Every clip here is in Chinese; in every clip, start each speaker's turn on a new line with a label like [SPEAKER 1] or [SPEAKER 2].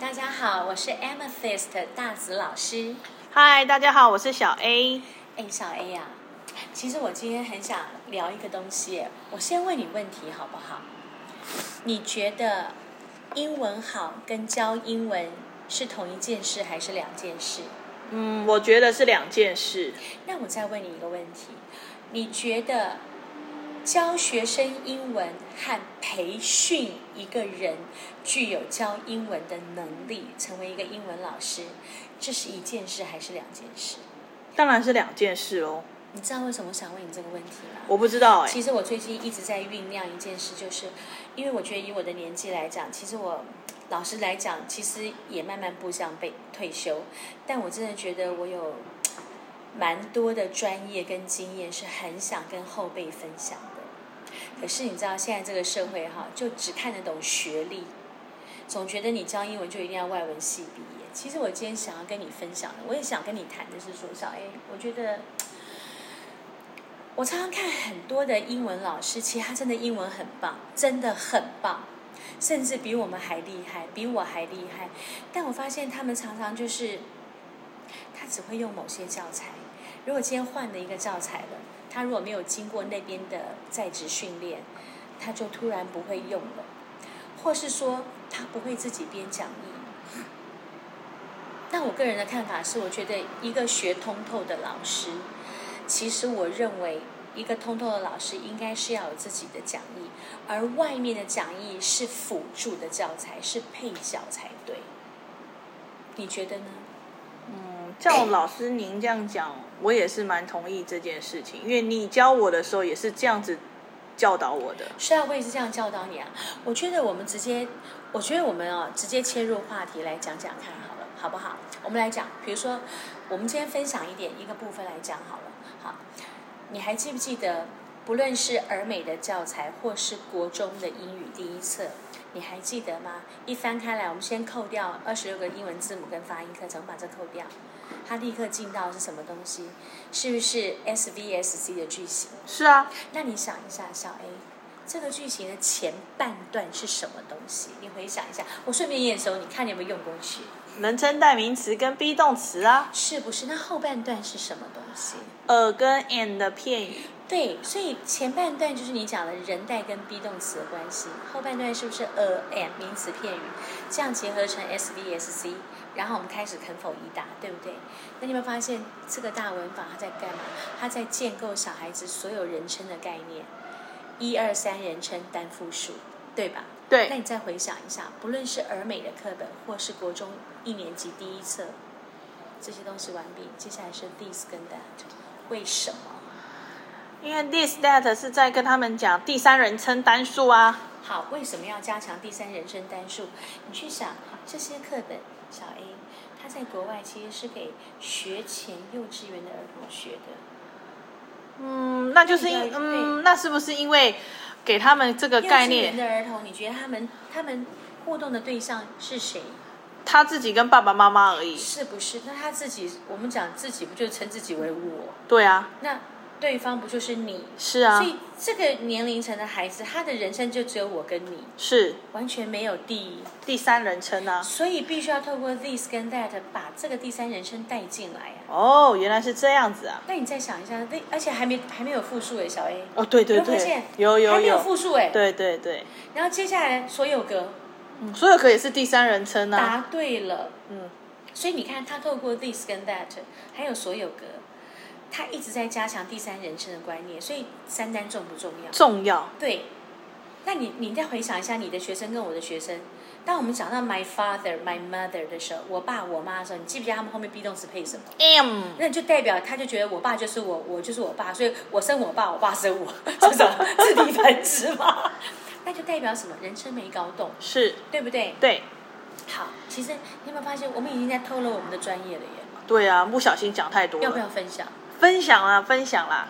[SPEAKER 1] 大家好，我是 Amethyst 大紫老师。
[SPEAKER 2] 嗨，大家好，我是小 A。
[SPEAKER 1] 哎，小 A 呀、其实我今天很想聊一个东西耶，我先问你问题好不好？你觉得英文好跟教英文是同一件事还是两件事？
[SPEAKER 2] 嗯，我觉得是两件事。
[SPEAKER 1] 那我再问你一个问题，你觉得教学生英文和培训一个人具有教英文的能力，成为一个英文老师，这是一件事还是两件事？
[SPEAKER 2] 当然是两件事喽。
[SPEAKER 1] 你知道为什么我想问你这个问题吗？
[SPEAKER 2] 我不知道哎、
[SPEAKER 1] 其实我最近一直在酝酿一件事，就是因为我觉得以我的年纪来讲，其实我老实来讲，其实也慢慢步向被退休，但我真的觉得我有蛮多的专业跟经验是很想跟后辈分享的。可是你知道现在这个社会哈，就只看得懂学历，总觉得你教英文就一定要外文系毕业。其实我今天想要跟你分享的，我也想跟你谈的是说，小 A，我觉得。我常常看很多的英文老师，其实他真的英文很棒，真的很棒，甚至比我们还厉害，比我还厉害。但我发现他们常常就是，他只会用某些教材。如果今天换了一个教材了，他如果没有经过那边的在职训练，他就突然不会用了，或是说他不会自己编讲义。但我个人的看法是，我觉得一个学通透的老师，其实我认为一个通透的老师应该是要有自己的讲义，而外面的讲义是辅助的教材，是配角才对。你觉得呢？
[SPEAKER 2] 嗯，照老师您这样讲，我也是蛮同意这件事情，因为你教我的时候也是这样子教导我的。
[SPEAKER 1] 是啊，我也是这样教导你啊。我觉得我们直接，我觉得我们哦，直接切入话题来讲讲看好了，好不好？我们来讲，比如说，我们今天分享一点一个部分来讲好了。好，你还记不记得，不论是儿美的教材或是国中的英语第一册，你还记得吗？一翻开来，我们先扣掉二十六个英文字母跟发音课程，我们把这扣掉，它立刻进到是什么东西？是不是 SVSC 的句型？
[SPEAKER 2] 是啊，
[SPEAKER 1] 那你想一下，小 A，这个剧情的前半段是什么东西？你回想一下，我顺便验收，你看你有没有用过去？
[SPEAKER 2] 人称代名词跟 be 动词啊，
[SPEAKER 1] 是不是？那后半段是什么东西？
[SPEAKER 2] 耳跟 and 的片语。
[SPEAKER 1] 对，所以前半段就是你讲的人代跟 be 动词的关系，后半段是不是 a and 名词片语，这样结合成 S V S C，然后我们开始肯否一答，对不对？那你有没有发现这个大文法它在干嘛？它在建构小孩子所有人称的概念，一二三人称单复数，对吧？那
[SPEAKER 2] 对，
[SPEAKER 1] 你再回想一下，不论是儿美的课本，或是国中一年级第一册，这些东西完毕，接下来是 this 跟 that，为什么？
[SPEAKER 2] 因为 this that 是在跟他们讲第三人称单数啊。
[SPEAKER 1] 好，为什么要加强第三人称单数？你去想这些课本，小 A，它在国外其实是给学前幼稚园的儿童学的。
[SPEAKER 2] 嗯，那就是因
[SPEAKER 1] 对对
[SPEAKER 2] 嗯，那是不是因为给他们这个
[SPEAKER 1] 幼
[SPEAKER 2] 概
[SPEAKER 1] 稚园
[SPEAKER 2] 念，
[SPEAKER 1] 的儿童，你觉得他们他们互动的对象是谁？
[SPEAKER 2] 他自己跟爸爸妈妈而已？
[SPEAKER 1] 是不是？那他自己，我们讲自己，不就称自己为我？
[SPEAKER 2] 对啊，
[SPEAKER 1] 那对方不就是你？
[SPEAKER 2] 是啊
[SPEAKER 1] 所，以这个年龄层的孩子，他的人生就只有我跟你，
[SPEAKER 2] 是
[SPEAKER 1] 完全没有第
[SPEAKER 2] 第三人称啊。
[SPEAKER 1] 所以必须要透过 this 跟 that 把这个第三人称带进来啊。
[SPEAKER 2] 哦，原来是这样子啊。
[SPEAKER 1] 那你再想一下，那而且还没还没有复数诶，小 A，
[SPEAKER 2] 哦，对对
[SPEAKER 1] 有没有发现
[SPEAKER 2] 对，有有
[SPEAKER 1] 还没有
[SPEAKER 2] 有，
[SPEAKER 1] 复数诶。
[SPEAKER 2] 对对对，
[SPEAKER 1] 然后接下来所有格
[SPEAKER 2] 嗯所有可以是第三人称啊。
[SPEAKER 1] 答对了，
[SPEAKER 2] 嗯，
[SPEAKER 1] 所以你看他透过 this 跟 that 还有所有格，他一直在加强第三人称的观念，所以三单重不重要？
[SPEAKER 2] 重要。
[SPEAKER 1] 对，那你你再回想一下你的学生跟我的学生，当我们讲到 my father、my mother 的时候，我爸我妈的时候，你记不记得他们后面 be 动词配什么？
[SPEAKER 2] M，
[SPEAKER 1] 那就代表他就觉得我爸就是我，我就是我爸，所以我生我爸，我爸生我， 这种自体繁殖嘛， 那就代表什么？人生没搞懂，
[SPEAKER 2] 是
[SPEAKER 1] 对不对？
[SPEAKER 2] 对
[SPEAKER 1] 好，其实你有没有发现，我们已经在偷了我们的专业了耶？
[SPEAKER 2] 对啊，不小心讲太多
[SPEAKER 1] 要不要
[SPEAKER 2] 了。
[SPEAKER 1] 分享？
[SPEAKER 2] 分享啊，分享啦！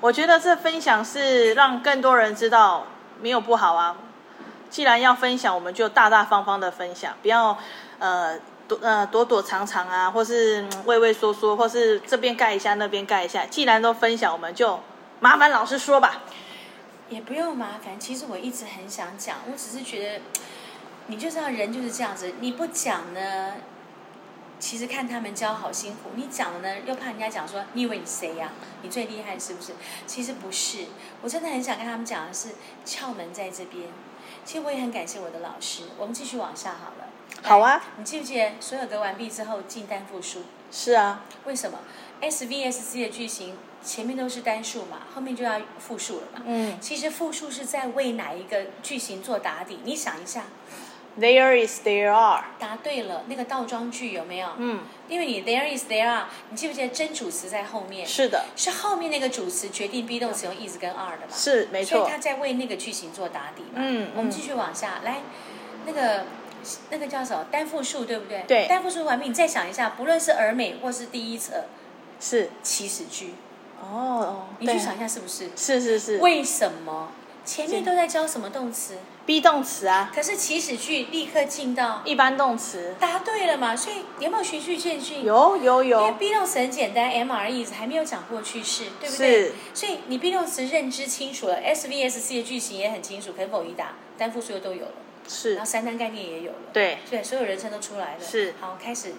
[SPEAKER 2] 我觉得这分享是让更多人知道没有不好啊。既然要分享，我们就大大方方的分享，不要呃躲呃躲躲藏藏啊，或是嗯畏畏缩缩，或是这边盖一下那边盖一下。既然都分享，我们就麻烦老师说吧。
[SPEAKER 1] 也不用麻烦，其实我一直很想讲，我只是觉得你就知道人就是这样子，你不讲呢，其实看他们教好辛苦；你讲了呢，又怕人家讲说你以为你谁呀、你最厉害是不是？其实不是，我真的很想跟他们讲的是窍门在这边。其实我也很感谢我的老师，我们继续往下好了。
[SPEAKER 2] 好啊，
[SPEAKER 1] 你记不记得所有的完毕之后进单复数？
[SPEAKER 2] 是啊，
[SPEAKER 1] 为什么 S V S C 的句型前面都是单数嘛，后面就要复数了嘛？
[SPEAKER 2] 嗯
[SPEAKER 1] 其实复数是在为哪一个句型做打底？你想一下，
[SPEAKER 2] ，there is there are，
[SPEAKER 1] 答对了，那个倒装句有没有？
[SPEAKER 2] 嗯，
[SPEAKER 1] 因为你 there is there are，你记不记得真主词在后面？
[SPEAKER 2] 嗯是的，
[SPEAKER 1] 是后面那个主词决定 be 动词用 is 跟 are 的嘛？
[SPEAKER 2] 是没
[SPEAKER 1] 所
[SPEAKER 2] 错
[SPEAKER 1] 以，他在为那个句型做打底嘛。
[SPEAKER 2] 嗯
[SPEAKER 1] 我们
[SPEAKER 2] 嗯
[SPEAKER 1] 继，续往下来，那个那个叫什么单复数对不对？
[SPEAKER 2] 对
[SPEAKER 1] 单复数完毕，你再想一下，不论是儿美或是第一册
[SPEAKER 2] 是，
[SPEAKER 1] 起始句，
[SPEAKER 2] 哦，
[SPEAKER 1] 你去
[SPEAKER 2] 对
[SPEAKER 1] 想一下是不是？
[SPEAKER 2] 是是是
[SPEAKER 1] 为什么前面
[SPEAKER 2] 是
[SPEAKER 1] 都在教什么动词，
[SPEAKER 2] ，be 动词啊，
[SPEAKER 1] 可是起始句立刻进到
[SPEAKER 2] 一般动词，
[SPEAKER 1] 答对了嘛？所以有没有循序渐进？
[SPEAKER 2] 有有
[SPEAKER 1] 因为
[SPEAKER 2] 有，
[SPEAKER 1] be 动词很简单，M R E 还没有讲过去式，对不对？
[SPEAKER 2] 是
[SPEAKER 1] 所以你 be 动词认知清楚了，S V S C 的句型也很清楚，肯否一答，单复数都有了，然
[SPEAKER 2] 是
[SPEAKER 1] 后，三单概念也有了，
[SPEAKER 2] 对，
[SPEAKER 1] 对，所有人称都出来了。
[SPEAKER 2] 是
[SPEAKER 1] 好，开始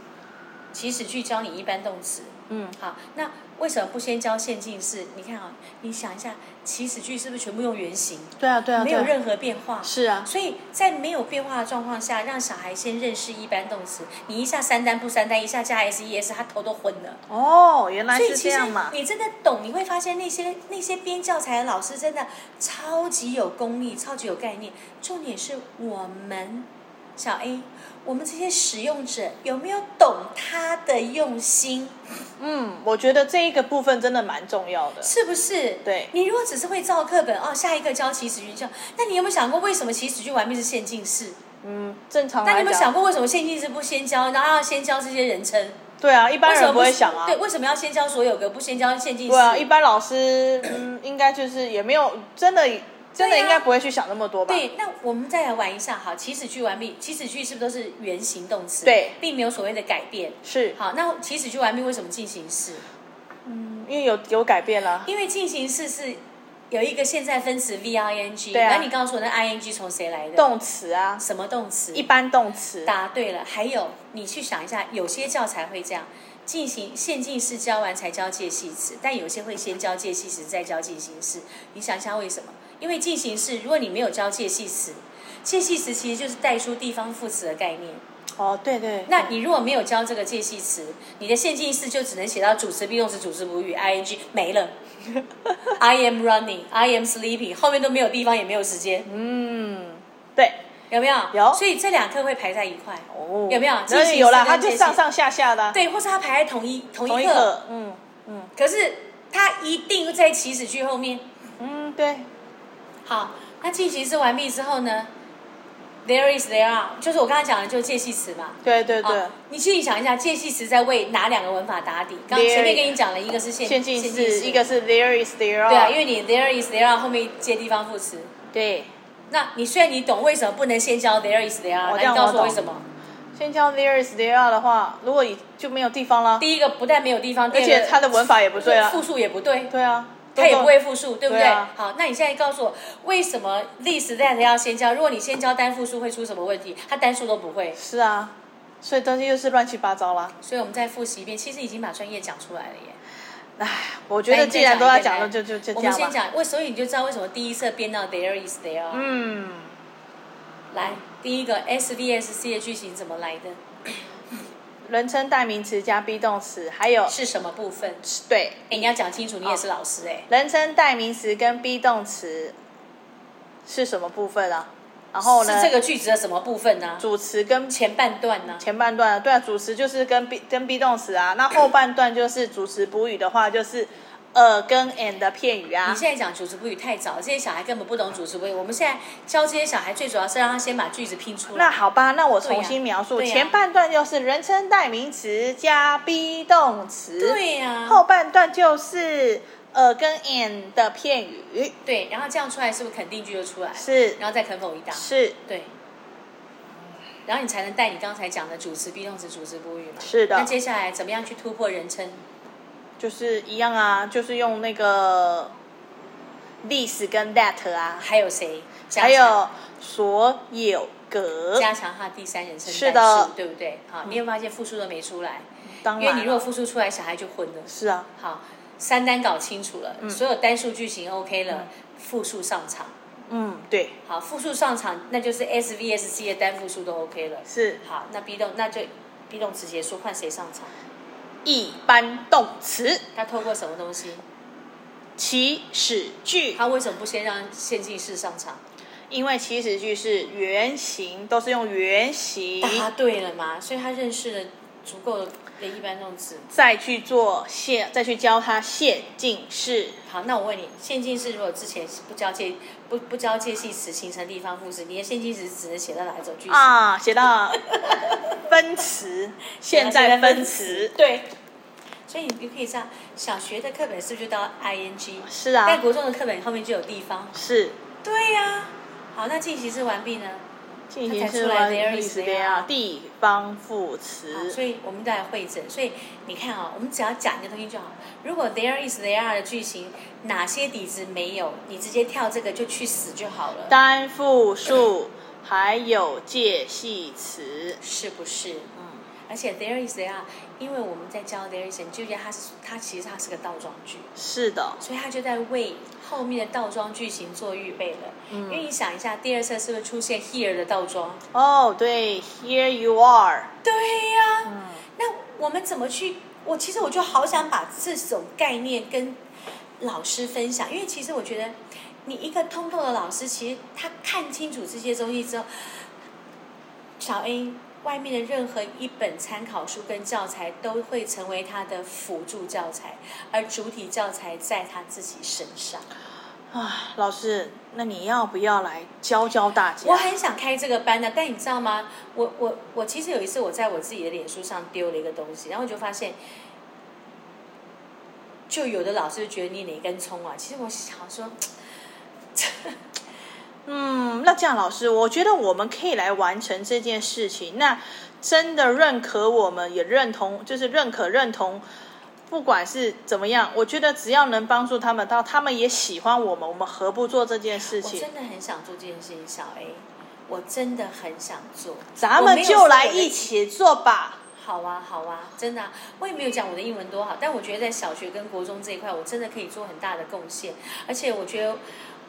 [SPEAKER 1] 起始句教你一般动词。
[SPEAKER 2] 嗯，
[SPEAKER 1] 好，那为什么不先教线进式？你看啊，你想一下，起始句是不是全部用原形，
[SPEAKER 2] 对啊对啊，
[SPEAKER 1] 没
[SPEAKER 2] 对
[SPEAKER 1] 有
[SPEAKER 2] 啊，
[SPEAKER 1] 任何变化？
[SPEAKER 2] 是啊，
[SPEAKER 1] 所以在没有变化的状况下，让小孩先认识一般动词。你一下三单不三单，一下加 S E S，他头都昏了。
[SPEAKER 2] 哦，原来
[SPEAKER 1] 所以
[SPEAKER 2] 是
[SPEAKER 1] 其
[SPEAKER 2] 这
[SPEAKER 1] 实
[SPEAKER 2] 样嘛，
[SPEAKER 1] 你真的懂，你会发现那些那些编教材的老师真的超级有功力，超级有概念。重点是我们小 A，我们这些使用者有没有懂他的用心？
[SPEAKER 2] 嗯，我觉得这一个部分真的蛮重要的，
[SPEAKER 1] 是不是？
[SPEAKER 2] 对
[SPEAKER 1] 你如果只是会照课本哦，下一个教起始句教，那你有没有想过为什么起始句完毕是限进式？
[SPEAKER 2] 嗯，正常
[SPEAKER 1] 那你
[SPEAKER 2] 来
[SPEAKER 1] 有没有想
[SPEAKER 2] 讲，
[SPEAKER 1] 过为什么限进式不先教，然后要先教这些人称？
[SPEAKER 2] 对啊，一般
[SPEAKER 1] 为什
[SPEAKER 2] 人
[SPEAKER 1] 么
[SPEAKER 2] 不会想啊
[SPEAKER 1] 对，，为什么要先教所有格，不先教限进式？
[SPEAKER 2] 对啊，一般老师嗯，应该就是也没有真的真的
[SPEAKER 1] 对啊
[SPEAKER 2] 应该不会去想那么多吧，
[SPEAKER 1] 对，那我们再来玩一下，好，起始句完毕，起始句是不是都是原形动词？
[SPEAKER 2] 对
[SPEAKER 1] 并没有所谓的改变。
[SPEAKER 2] 是，
[SPEAKER 1] 好，那起始句完毕为什么进行式？
[SPEAKER 2] 嗯因为有有改变啦，
[SPEAKER 1] 因为进行式是有一个现在分词 v i n g，
[SPEAKER 2] 对啊
[SPEAKER 1] 那你告诉我那 i n g 从谁来的？
[SPEAKER 2] 动词啊，
[SPEAKER 1] 什么动词？
[SPEAKER 2] 一般动词，
[SPEAKER 1] 答对了。还有，你去想一下，有些教材会这样进行线进式教完才教介系词，但有些会先教介系词再教进行式。你想一下为什么？因为进行式，如果你没有教介系词，介系词其实就是带出地方副词的概念。
[SPEAKER 2] 哦，对对，
[SPEAKER 1] 那你如果没有教这个介系词，你的线进式就只能写到主词、be 动词、主词补语、ing 没了。I am running, I am sleeping，后面都没有地方，也没有时间，
[SPEAKER 2] 嗯，对，
[SPEAKER 1] 有没有？
[SPEAKER 2] 有
[SPEAKER 1] 所以这两课会排在一块。
[SPEAKER 2] 哦，
[SPEAKER 1] 有没有进
[SPEAKER 2] 那
[SPEAKER 1] 行
[SPEAKER 2] 有啦，
[SPEAKER 1] 式
[SPEAKER 2] 他
[SPEAKER 1] 跟
[SPEAKER 2] 就
[SPEAKER 1] 介
[SPEAKER 2] 上
[SPEAKER 1] 系
[SPEAKER 2] 上下下的啊，
[SPEAKER 1] 对，或是它排在同一同
[SPEAKER 2] 同
[SPEAKER 1] 一
[SPEAKER 2] 一
[SPEAKER 1] 课，
[SPEAKER 2] 个，嗯嗯
[SPEAKER 1] 可是它一定在起始句后面。
[SPEAKER 2] 嗯，对，
[SPEAKER 1] 好，那进行式完毕之后呢？There is there are，就是我刚才讲的，就是介系词嘛。
[SPEAKER 2] 对对
[SPEAKER 1] 啊
[SPEAKER 2] 对，
[SPEAKER 1] 你去想一下，介系词在为哪两个文法打底？刚
[SPEAKER 2] There-
[SPEAKER 1] 前面跟你讲了一个是现
[SPEAKER 2] 现进
[SPEAKER 1] 式，
[SPEAKER 2] 式，一个是 there is there are，
[SPEAKER 1] 对啊，因为你 there is there are 后面接地方副词。
[SPEAKER 2] 对，
[SPEAKER 1] 那你虽然你懂为什么不能先教 there is there are，
[SPEAKER 2] 我哦这
[SPEAKER 1] 那
[SPEAKER 2] 样
[SPEAKER 1] 你告诉
[SPEAKER 2] 我
[SPEAKER 1] 我
[SPEAKER 2] 懂
[SPEAKER 1] 为什么？
[SPEAKER 2] 先教 there is there are 的话，如果你就没有地方啦，
[SPEAKER 1] 第一个不但没有地方，
[SPEAKER 2] 而
[SPEAKER 1] 第二
[SPEAKER 2] 且
[SPEAKER 1] 个
[SPEAKER 2] 它的文法也不对啊，
[SPEAKER 1] 复数也不对，
[SPEAKER 2] 对啊，
[SPEAKER 1] 它也
[SPEAKER 2] 都
[SPEAKER 1] 不会复数，对不对？
[SPEAKER 2] 对啊
[SPEAKER 1] 好，那你现在告诉我，为什么 this that 要先教？如果你先教单复数，会出什么问题？它单数都不会。
[SPEAKER 2] 是啊，所以东西就是乱七八糟啦。
[SPEAKER 1] 所以我们再复习一遍，其实已经把专业讲出来了耶。
[SPEAKER 2] 唉，我觉
[SPEAKER 1] 来
[SPEAKER 2] 得
[SPEAKER 1] 你
[SPEAKER 2] 既
[SPEAKER 1] 再
[SPEAKER 2] 然都要
[SPEAKER 1] 讲
[SPEAKER 2] 讲
[SPEAKER 1] 一
[SPEAKER 2] 了，
[SPEAKER 1] 遍
[SPEAKER 2] 就就就
[SPEAKER 1] 我
[SPEAKER 2] 这
[SPEAKER 1] 们
[SPEAKER 2] 样
[SPEAKER 1] 先
[SPEAKER 2] 吧。
[SPEAKER 1] 讲，为所以你就知道为什么第一册编到 there is there。
[SPEAKER 2] 嗯，
[SPEAKER 1] 来，第一个 S V S C 的句型怎么来的？
[SPEAKER 2] 人称代名词加 be 动词，还有
[SPEAKER 1] 是什么部分？
[SPEAKER 2] 对
[SPEAKER 1] 哎，你要讲清楚，你也是老师哎。
[SPEAKER 2] 人称代名词跟 be 动词是什么部分啊？然后呢，
[SPEAKER 1] 是这个句子的什么部分呢、
[SPEAKER 2] 主词跟
[SPEAKER 1] 前半段呢、
[SPEAKER 2] 前半段，对啊，主词就是跟 be 跟 be 动词啊，那后半段就是主词补语的话，就是呃跟 and 的片语啊
[SPEAKER 1] 你。现在讲主词补语太早，这些小孩根本不懂主词补语。我们现在教这些小孩，最主要是让他先把句子拼出来。
[SPEAKER 2] 那好吧，那我重新
[SPEAKER 1] 对呀
[SPEAKER 2] 描述，
[SPEAKER 1] 对呀
[SPEAKER 2] 前半段就是人称代名词加 be 动词，
[SPEAKER 1] 对呀、
[SPEAKER 2] 后半段就是呃跟 and 的片语，
[SPEAKER 1] 对，然后这样出来是不是肯定句就出来了？
[SPEAKER 2] 是
[SPEAKER 1] 然后再肯否一答，
[SPEAKER 2] 是
[SPEAKER 1] 对。然后你才能带你刚才讲的主词、be 动词、主词补语嘛？
[SPEAKER 2] 是的
[SPEAKER 1] 那接下来怎么样去突破人称？
[SPEAKER 2] 就是一样啊，就是用那个 this 跟 that 啊，
[SPEAKER 1] 还有谁？加
[SPEAKER 2] 还
[SPEAKER 1] 强
[SPEAKER 2] 有所有格。
[SPEAKER 1] 加强他第三人称
[SPEAKER 2] 是
[SPEAKER 1] 单
[SPEAKER 2] 的
[SPEAKER 1] 数，对不对？好，你会发现复数都没出来，
[SPEAKER 2] 当
[SPEAKER 1] 因为
[SPEAKER 2] 然
[SPEAKER 1] 你
[SPEAKER 2] 了，
[SPEAKER 1] 如果复数出来，小孩就混了。
[SPEAKER 2] 是啊，
[SPEAKER 1] 好，三单搞清楚了，所有单数句型 OK 了，复数上场。
[SPEAKER 2] 嗯，对，
[SPEAKER 1] 好，复数上场，那就是 S V S C 的单复数都 OK 了。
[SPEAKER 2] 是
[SPEAKER 1] 好，那 be 动那就 be 动词结束，换谁上场？
[SPEAKER 2] 一般动词，
[SPEAKER 1] 他透过什么东西？
[SPEAKER 2] 起始句。
[SPEAKER 1] 他为什么不先让陷阱式上场？
[SPEAKER 2] 因为起始句是原型，都是用原型
[SPEAKER 1] 答对了嘛，所以他认识了足够的一般动词。
[SPEAKER 2] 再去做陷，再去教它陷阱式。
[SPEAKER 1] 好，那我问你，陷阱式如果之前不交界不不交界系词形成地方副词，你的陷阱词只能写到哪一种句式？
[SPEAKER 2] 啊，写到分词，现在 分词，对，
[SPEAKER 1] 所以你就可以这样，小学的课本是不是就到 ing？
[SPEAKER 2] 是
[SPEAKER 1] 在
[SPEAKER 2] 啊，
[SPEAKER 1] 国中的课本后面就有地方。
[SPEAKER 2] 是
[SPEAKER 1] 对呀、好，那进行式完毕呢？
[SPEAKER 2] 进
[SPEAKER 1] 它
[SPEAKER 2] 行
[SPEAKER 1] 才
[SPEAKER 2] 式
[SPEAKER 1] 出来
[SPEAKER 2] 完
[SPEAKER 1] there
[SPEAKER 2] 历
[SPEAKER 1] is
[SPEAKER 2] 史
[SPEAKER 1] there 啊
[SPEAKER 2] 啊，地方副
[SPEAKER 1] 好，所
[SPEAKER 2] 词，
[SPEAKER 1] 以我们再来会诊。所以你看啊、我们只要讲一个东西就好。如果 there is there are 的句型，哪些底子没有，你直接跳这个就去死就好了，
[SPEAKER 2] 单复数，还有介系词，
[SPEAKER 1] 是不是？
[SPEAKER 2] 嗯，
[SPEAKER 1] 而且 there is there are，因为我们在教 there is，你就觉得它是它其实它是个倒装句，
[SPEAKER 2] 是的，
[SPEAKER 1] 所以它就在为后面的倒装句型做预备了。因为你想一下，第二册是不是出现 here 的倒装？
[SPEAKER 2] 哦，对，Here you are，
[SPEAKER 1] 对呀、
[SPEAKER 2] 嗯，
[SPEAKER 1] 那我们怎么去？我其实我就好想把这种概念跟老师分享，因为其实我觉得，你一个通透的老师，其实他看清楚这些东西之后，小 A 外面的任何一本参考书跟教材都会成为他的辅助教材，而主体教材在他自己身上。
[SPEAKER 2] 啊，老师，那你要不要来教教大家？
[SPEAKER 1] 我很想开这个班的，但你知道吗？我我我其实有一次我在我自己的脸书上丢了一个东西，然后我就发现，就有的老师就觉得你哪根葱啊？其实我想说，
[SPEAKER 2] 嗯，那这样老师，我觉得我们可以来完成这件事情。那真的认可我们，也认同，就是认可认同，不管是怎么样，我觉得只要能帮助他们到，他们也喜欢我们，我们何不做这件事
[SPEAKER 1] 我
[SPEAKER 2] 情？
[SPEAKER 1] 真的很想做这件事情，小 A，我真的很想做，
[SPEAKER 2] 咱
[SPEAKER 1] 我
[SPEAKER 2] 们
[SPEAKER 1] 没有
[SPEAKER 2] 就来
[SPEAKER 1] 说我的
[SPEAKER 2] 一起做吧。
[SPEAKER 1] 好啊，好啊，真的啊、我也没有讲我的英文多好，但我觉得在小学跟国中这一块，我真的可以做很大的贡献。而且我觉得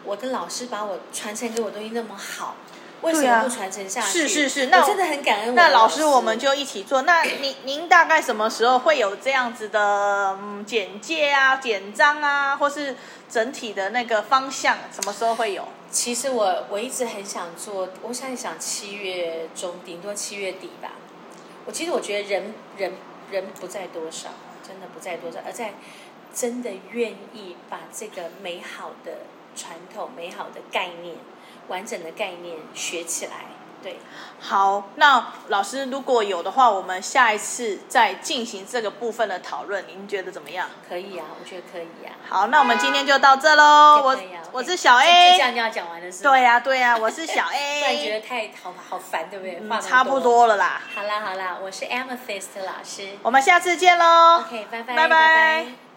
[SPEAKER 1] 我跟老师把我传承给我的东西那么好，为什
[SPEAKER 2] 对
[SPEAKER 1] 么
[SPEAKER 2] 啊
[SPEAKER 1] 不传承下去？
[SPEAKER 2] 是是啊是那
[SPEAKER 1] 那我真的很感恩我的
[SPEAKER 2] 那
[SPEAKER 1] 老
[SPEAKER 2] 老师，我们就一起做。那您您大概什么时候会有这样子的、嗯、简介啊、简章啊，或是整体的那个方向，什么时候会有？
[SPEAKER 1] 其实我我一直很想做，我想想七月中，顶多七月底吧。我其实我觉得人人人不在多少，真的不在多少，而在真的愿意把这个美好的传统、美好的概念、完整的概念学起来。对，
[SPEAKER 2] 好，那老师如果有的话，我们下一次再进行这个部分的讨论，您觉得怎么样？
[SPEAKER 1] 可以啊，我觉得可以啊。
[SPEAKER 2] 好，那我们今天就到这喽。我
[SPEAKER 1] 可以啊
[SPEAKER 2] 我是小
[SPEAKER 1] 就这
[SPEAKER 2] A，
[SPEAKER 1] 样就要讲完了是吧？
[SPEAKER 2] 对呀、对呀、啊我是 小
[SPEAKER 1] 不然觉
[SPEAKER 2] A，
[SPEAKER 1] 得太好好烦，对不对？话
[SPEAKER 2] 嗯
[SPEAKER 1] 那么
[SPEAKER 2] 差不。多了啦，
[SPEAKER 1] 好啦好啦，我是 Amethyst 老师。
[SPEAKER 2] 我们下次见喽。
[SPEAKER 1] OK，拜拜
[SPEAKER 2] 哦拜
[SPEAKER 1] 拜
[SPEAKER 2] 拜
[SPEAKER 1] 拜